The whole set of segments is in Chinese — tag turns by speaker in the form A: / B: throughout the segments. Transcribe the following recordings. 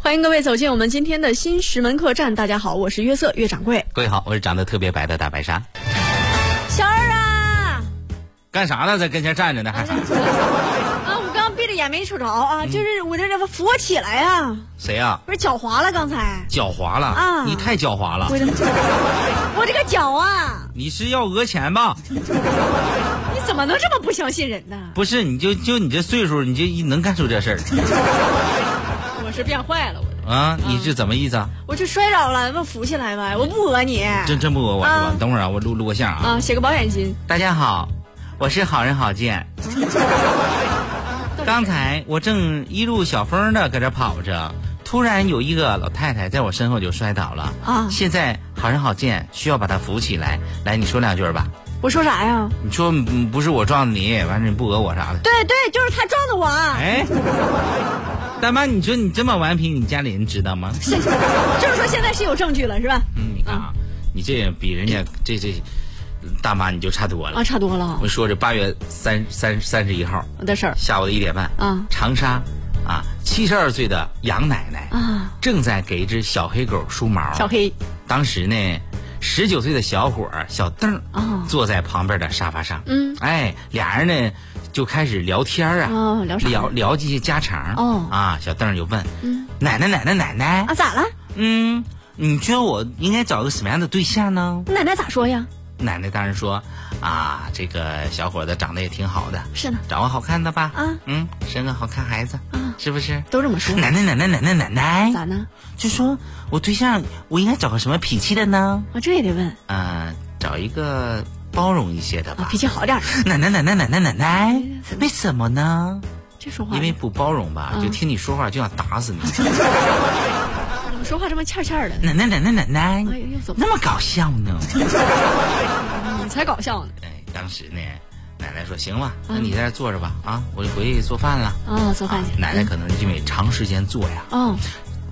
A: 欢迎各位走进我们今天的新石门客栈。大家好，我是约瑟岳掌柜。
B: 各位好，我是长得特别白的大白鲨。
A: 小二啊，
B: 干啥呢？在跟前站着呢，还
A: 哎啊，我刚刚闭着眼没瞅着啊，就是我这这扶我起来啊，
B: 谁呀、
A: 不是脚滑了刚才，
B: 狡猾了，
A: 啊
B: 你太狡猾了
A: 我，这我这个脚啊，
B: 你是要讹钱吧？
A: 你怎么能这么不相信人呢？
B: 不是，你就就你这岁数，你就一能干出这事儿
A: 我是变坏了，我这
B: 啊？你是怎么意思啊？
A: 我就摔着了，那扶起来呗，我不讹你
B: 真真不讹我是吧
A: 啊？
B: 等会儿啊，我录录个像啊。
A: 啊，写个保险金。
B: 大家好，我是好人 好见。刚才我正一路小风的搁这跑着，突然有一个老太太在我身后就摔倒了
A: 啊
B: 现在好人好见需要把她扶起来。来，你说两句吧。
A: 我说啥呀？
B: 你说嗯不是我撞的你，完事你不讹我啥的。
A: 对对，就是他撞的我。啊
B: 哎，大妈，你说你这么顽皮，你家里人知道吗？
A: 是， 就是说现在是有证据了，是吧？
B: 嗯，你看啊，你这比人家这这大妈你就差多了。
A: 啊，差多了
B: 我，说这八月三三三十一号
A: 我的事儿
B: 下午的一点半，
A: 啊
B: 长沙啊，七十二岁的杨奶奶
A: 啊，
B: 正在给一只小黑狗梳毛。
A: 小黑
B: 当时呢，十九岁的小伙儿小邓儿
A: 哦
B: 坐在旁边的沙发上，
A: 嗯，
B: 哎，俩人呢就开始聊天儿啊，
A: 哦聊啥
B: 聊聊这些家常，
A: 哦
B: 啊，小邓儿就问，
A: 嗯
B: 奶奶奶奶奶奶
A: 啊，，咋了？
B: 嗯，你觉得我应该找个什么样的对象呢？
A: 你奶奶咋说呀？
B: 奶奶当然说，啊，这个小伙子长得也挺好的，
A: 是呢，
B: 找个好看的吧，
A: 啊
B: 嗯，生个好看孩子，
A: 啊
B: 是不是？
A: 都这么说，
B: 奶奶奶奶奶奶奶奶，
A: 咋呢？
B: 就说我对象我应该找个什么脾气的呢？
A: 啊，这也得问
B: 嗯，找一个包容一些的
A: 啊
B: 吧，
A: 脾。气好点儿的，
B: 奶奶奶奶奶奶奶奶，为什么呢？
A: 这说话
B: 因为不包容吧，
A: 嗯
B: 就听你说话就想打死你。
A: 怎么说话这么欠欠儿的？
B: 奶奶奶奶奶奶
A: 哎呦，又怎么
B: 那么搞笑 呢？
A: 你才搞笑呢？
B: 哎，当时呢，奶奶说行吧，那你在这儿坐着吧，啊，我就回去做饭了。
A: 啊，嗯做饭
B: 啊
A: 去。
B: 奶奶可能因为长时间坐呀，
A: 哦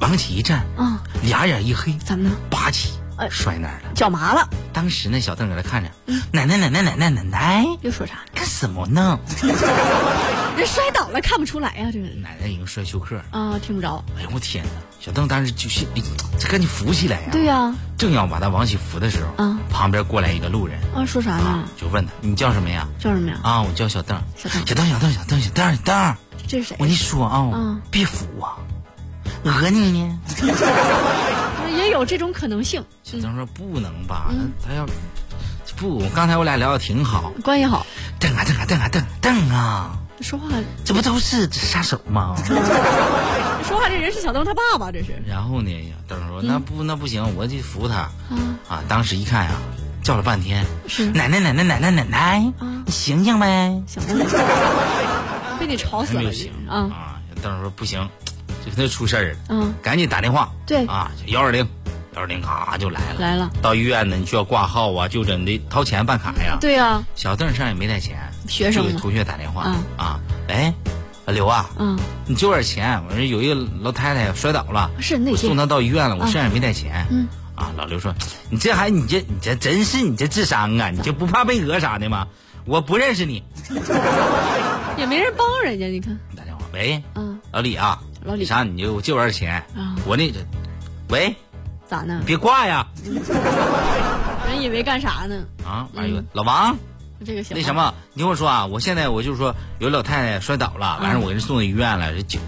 B: 往起一站，
A: 哦，
B: 俩眼一黑，
A: 怎么呢？
B: 拔起
A: 哎嗯
B: 摔那儿了。
A: 脚麻了，
B: 当时那小邓搁那看着，奶奶奶奶奶奶奶奶，
A: 又说啥呢？
B: 干什么呢？
A: 人摔倒了看不出来呀，这个人
B: 奶奶已经摔休克了。
A: 啊，听不着。
B: 哎呦我天哪！小邓当时就是，哎，这赶紧扶起来呀、
A: 对呀，
B: 正要把他往起扶的时候，
A: 啊
B: 旁边过来一个路人，
A: 啊，说啥
B: 啊
A: 呢？，
B: 就问他你叫什么呀？
A: 叫什么呀？
B: 啊，我叫小邓。
A: 小邓
B: 小邓，小邓，小邓，小邓，小邓。
A: 这是谁
B: 我？跟你说啊、
A: 嗯
B: 别扶我，讹你呢。
A: 也有这种可能性，
B: 小邓说不能吧，
A: 嗯
B: 他他要不，刚才我俩聊的挺好。
A: 关系好，
B: 邓啊邓啊邓啊邓邓啊，
A: 说话
B: 这不都是杀手 吗？
A: 说话这人是小邓他爸爸，这是
B: 然后呢，小邓说
A: 嗯
B: 那不那不行，我得扶他。
A: 啊，
B: 啊，当时一看呀、叫了半天，
A: 是
B: 奶奶奶奶奶奶奶奶，
A: 嗯
B: 你醒醒呗。
A: 小邓 被你吵死
B: 没有
A: 了
B: 醒
A: 啊
B: 啊！邓儿说不行，这肯定出事儿了，
A: 嗯，
B: 赶紧打电话。
A: 对
B: 啊，幺二零，幺二零咔就来了。
A: 来了，
B: 到医院呢，你需要挂号啊，就诊得掏钱办卡呀。，
A: 对呀，
B: 小邓上也没带钱，
A: 学生
B: 就给
A: 嘛
B: 同学打电话
A: 嗯
B: 啊，哎，刘啊，
A: 嗯，
B: 你借我点钱，我说有一个老太太摔倒了，
A: 是那
B: 我
A: 天
B: 送她到医院了，我身上也没带钱。
A: 嗯。
B: 啊，老刘说：“你这还你这你这真是你这智商啊！你这不怕被讹啥的吗？我不认识你。
A: 也没人帮人家，你看”
B: 打电话，喂，
A: 啊，
B: 老李啊，
A: 老李
B: 啥你就我借我点钱，
A: 啊
B: 我那，喂，
A: 咋呢？
B: 别挂呀，
A: 人以为干啥呢？
B: 啊，完了
A: 嗯
B: 有老王，
A: 这个行
B: 那
A: 吗
B: 什，么，你听我说啊，我现在我就是说有老太太摔倒
A: 啊
B: 了，完事我给人送到医院了，这就，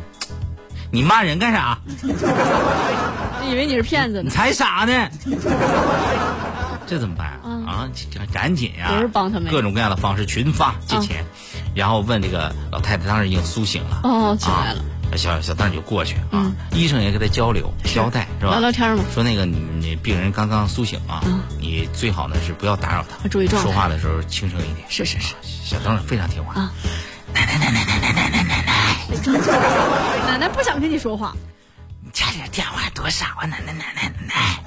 B: 你骂人干啥？
A: 以为你是骗子
B: 你
A: 呢，
B: 才 傻呢，这怎么办啊？啊，赶紧呀、
A: 嗯有人帮他们嗯
B: 各种各样的方式群发借钱，然后问这个老太太，当时已经苏醒了，
A: 哦，起来了，
B: 嗯
A: 嗯
B: 啊、小小邓就过去啊，医生也给他交流交代是吧？
A: 聊聊天嘛，
B: 说那个你你病人刚刚苏醒啊，
A: 嗯
B: 你最好呢是不要打扰他，
A: 注意状态
B: 说话的时候轻声一点。
A: 是是是，
B: 小邓非常听话，
A: 啊奶奶不想跟你说话，
B: 你家里的电话多少啊？奶奶奶奶奶奶。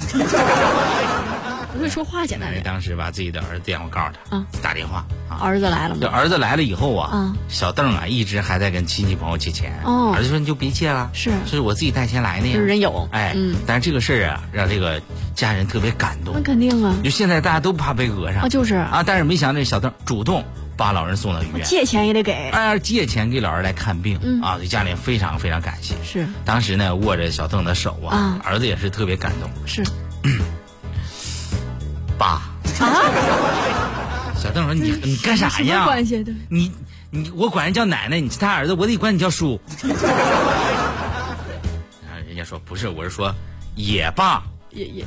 A: 不会说话，简单
B: 奶奶
A: 点。
B: 当时把自己的儿子电话告诉他，
A: 啊
B: 打电话啊。
A: 儿子来了
B: 这
A: 吗？
B: 儿子来了以后啊，
A: 嗯
B: 小邓啊一直还在跟亲戚朋友借钱。
A: 哦
B: 儿子说你就别借了，
A: 是
B: 这是我自己带钱来的呀。
A: 就是人有
B: 哎，
A: 嗯
B: 但是这个事儿啊，让这个家人特别感动
A: 那。肯定啊，
B: 就现在大家都怕被讹上
A: 啊就是
B: 啊，但是没想到这小邓主动把老人送到医院。
A: 借嗯钱也得给，
B: 哎，借钱给老人来看病、啊，对家里人非常非常感谢。
A: 是
B: 当时呢，握着小邓的手啊，
A: 啊
B: 儿子也是特别感动。
A: 是
B: 爸，
A: 啊，
B: 小邓说：“你你干啥
A: 什么
B: 呀？
A: 关系的？
B: 你你我管人叫奶奶，你是他儿子，我得管你叫叔。 然后人家说不是，我是说也罢。
A: 也也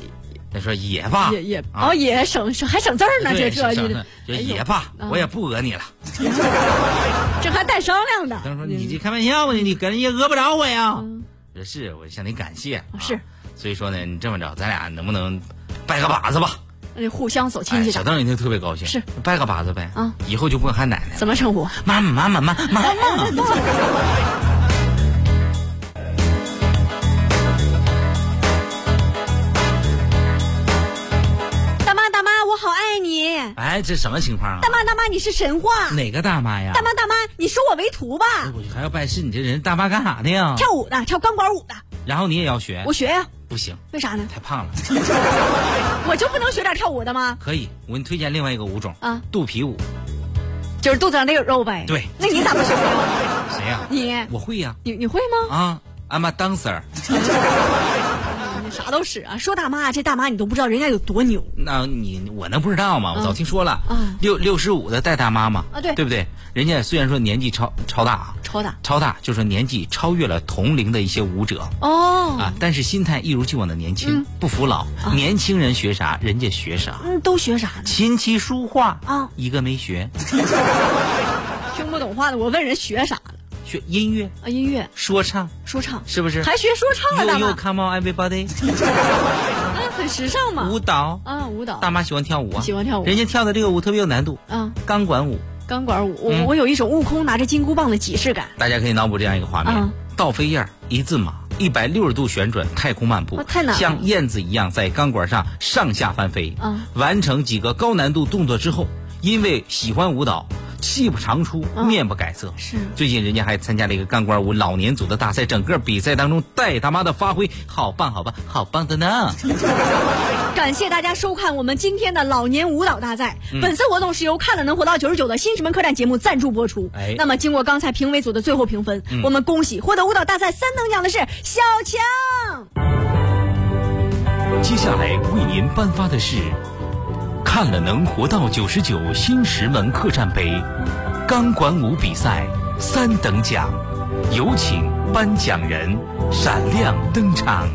B: 他说也罢，
A: 也也
B: 啊
A: 哦，也省省还省字儿呢，这
B: 对
A: 这
B: 是
A: 你
B: 是
A: 这
B: 是
A: 哎呦
B: 也罢，
A: 啊
B: 我也不讹你了。
A: 这还带商量的。
B: 他说你这开玩笑吗？你你搁人家讹不着我呀。
A: 嗯
B: 我说是，我向你感谢。啊
A: 是，
B: 所以说呢，你这么着，咱俩能不能拜个把子吧？
A: 哎互相走亲
B: 哎，
A: 戚
B: 小
A: 的，
B: 邓一听特别高兴，
A: 是
B: 拜个把子呗。
A: 啊，
B: 以后就不用喊奶奶了。
A: 怎么称呼？
B: 妈妈妈妈妈妈妈。
A: 大妈大妈，我好爱你。
B: 哎，这什么情况啊
A: 大？妈大妈，你是神话。
B: 哪个大妈呀？哎
A: 大妈大妈，你收我为徒吧。
B: 我还要拜师，你这人大妈干啥的呀？
A: 跳舞的，跳钢管舞的，
B: 然后你也要学？
A: 我学呀。
B: 不行，
A: 为啥呢？
B: 太胖了。
A: 我就不能学点跳舞的吗？
B: 可以，我给你推荐另外一个舞种
A: 啊，
B: 肚皮舞。
A: 就是肚子上得有肉呗。
B: 对
A: 那你咋不学呀？
B: 谁呀？
A: 你
B: 我会呀。
A: 你你会吗？
B: 啊，I'm a dancer。
A: 你啥都使啊！说大妈，这大妈你都不知道人家有多牛。
B: 那你我能不知道吗？我早听说了
A: 嗯，
B: 六六十五的戴大妈嘛，
A: 啊对
B: 对不对？人家虽然说年纪超超大啊，
A: 超大
B: 超大就是年纪超越了同龄的一些舞者
A: 哦，
B: 啊，但是心态一如既往的年轻，不服老。
A: 啊
B: 年轻人学啥，人家学啥。
A: 嗯，都学啥呢？
B: 琴棋书画
A: 啊
B: 一个没学，
A: 听不懂话的，我问人学啥了
B: 学音乐、
A: 啊？音乐、
B: 说唱，
A: 说唱，
B: 是不是？
A: 还学说唱啊？
B: 又
A: 大
B: 又
A: 妈，
B: come on everybody，
A: 嗯，很时尚嘛。
B: 舞蹈，
A: 啊，舞蹈
B: 大妈喜欢跳舞啊，
A: 喜欢跳舞
B: 人家跳的这个舞特别有难度，
A: 啊，
B: 钢管舞。
A: 钢管舞，我、
B: 嗯
A: 我有一种悟空拿着金箍棒的即视感。
B: 大家可以脑补这样一个画面：
A: 嗯
B: 倒飞燕儿一字马，一百六十度旋转太空漫步，
A: 啊太难了
B: 像燕子一样在钢管上上下翻飞。
A: 嗯
B: 完成几个高难度动作之后，因为喜欢舞蹈，气不长出，
A: 嗯
B: 面不改色。
A: 是
B: 最近人家还参加了一个钢管舞老年组的大赛，整个比赛当中戴大妈的发挥好棒好棒好棒的呢！
A: 感谢大家收看我们今天的老年舞蹈大赛。
B: 嗯
A: 本次活动是由看了能活到九十九的新石门客栈节目赞助播出。
B: 哎嗯
A: 那么经过刚才评委组的最后评分，我们恭喜获得舞蹈大赛三等奖的是小强。
B: 接下来为您颁发的是看了能活到九十九新石门客栈杯钢管舞比赛三等奖，有请颁奖人闪亮登场。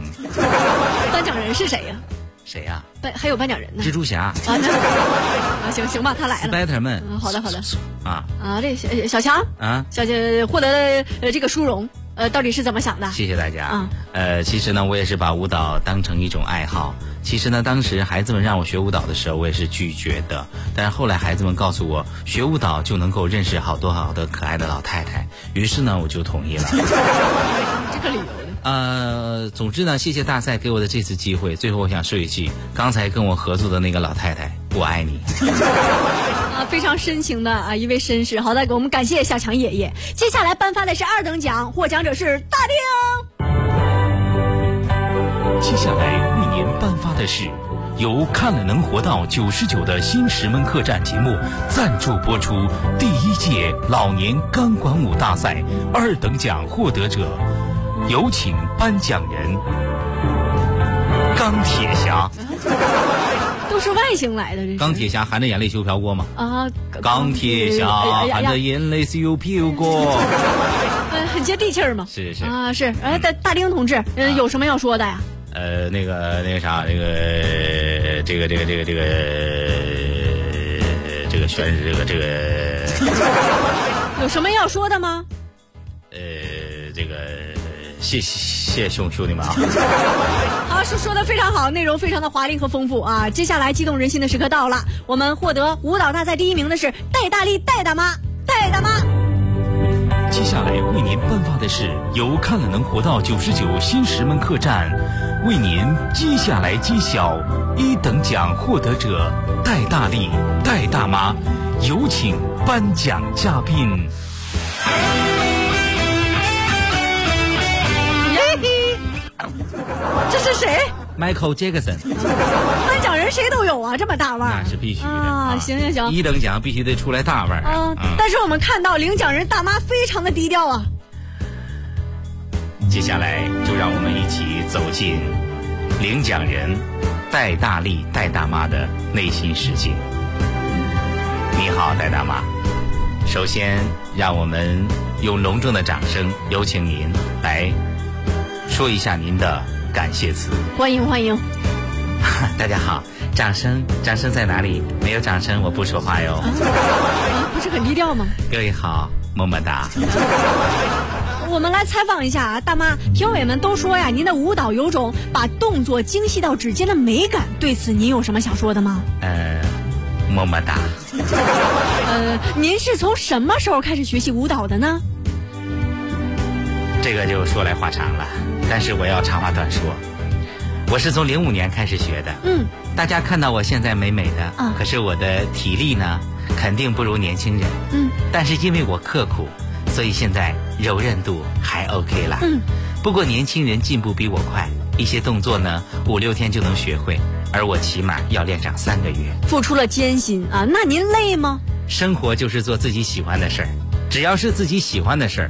A: 颁奖人是谁呀、
B: 谁呀、
A: 颁还有颁奖人呢
B: 蜘？蛛侠
A: 啊，那啊行行吧，他来了。
B: ，Spiderman。
A: 嗯好的好的。
B: 啊
A: 啊，这小小强，
B: 啊！
A: 小姐获得了呃这个殊荣，呃到底是怎么想的？
B: 谢谢大家。
A: 啊
B: 呃，其实呢，我也是把舞蹈当成一种爱好。其实呢，当时孩子们让我学舞蹈的时候，我也是拒绝的。但是后来孩子们告诉我，学舞蹈就能够认识好多好多可爱的老太太，于是呢，我就同意了。
A: 这个理由呢？
B: 呃，总之呢，谢谢大赛给我的这次机会。最后，我想说一句，刚才跟我合作的那个老太太，我爱你。
A: 啊，非常深情的啊一位绅士。好的，我们感谢小强爷爷。接下来颁发的是二等奖，获奖者是大丁。
B: 接下来为您颁发的是由“看了能活到九十九”的新石门客栈节目赞助播出第一届老年钢管舞大赛二等奖获得者，有请颁奖人钢铁侠。
A: 都是外星来的，这是
B: 钢铁侠含着眼泪修飘过吗？
A: 啊，
B: 钢铁侠
A: 哎呀
B: 含
A: 呀
B: 着
A: 呀，
B: 眼泪修飘过。
A: 呃很接地气儿嘛。
B: 是是
A: 啊，是哎，大大丁同志，呃，
B: 啊
A: 有什么要说的呀？
B: 呃，那个那个啥，这个这个这个这个这个这个宣誓，这个这个
A: 有什么要说的吗？
B: 呃这个，谢谢谢兄兄弟们啊！
A: 好，啊说说的非常好，内容非常的华丽和丰富啊。接下来激动人心的时刻到了，我们获得舞蹈大赛第一名的是戴大力、戴大妈、戴大妈。
B: 接下来为您颁发的是由看了能活到九十九新石门客栈为您接下来揭晓一等奖获得者戴大力、戴大妈，有请颁奖嘉宾。
A: 这是谁？
B: Michael Jackson，
A: 颁奖人人谁都有啊，这么大腕儿
B: 那是必须的
A: 啊！行行行
B: 一等奖必须得出来大腕儿
A: 啊！但是我们看到领奖人大妈非常的低调啊，
B: 接下来就让我们一起走进领奖人戴大力、戴大妈的内心世界。你好，戴大妈。首先，让我们用隆重的掌声有请您来说一下您的感谢词。
A: 欢迎欢迎。
B: 大家好，掌声，掌声在哪里？没有掌声，我不说话哟。
A: 啊，不是很低调吗？
B: 各位好，么么哒。
A: 我们来采访一下啊，大妈，评委们都说呀，您的舞蹈有种，把动作精细到指尖的美感，对此您有什么想说的吗？
B: 呃，么么哒。
A: 呃，您是从什么时候开始学习舞蹈的呢？
B: 这个就说来话长了，但是我要长话短说。我是从零五年开始学的，
A: 嗯，
B: 大家看到我现在美美的，
A: 嗯
B: 可是我的体力呢，肯定不如年轻人，
A: 嗯，
B: 但是因为我刻苦，所以现在柔韧度还 OK 啦，
A: 嗯，
B: 不过年轻人进步比我快，一些动作呢五六天就能学会，而我起码要练上三个月。
A: 付出了艰辛啊，那您累吗？
B: 生活就是做自己喜欢的事儿，只要是自己喜欢的事儿，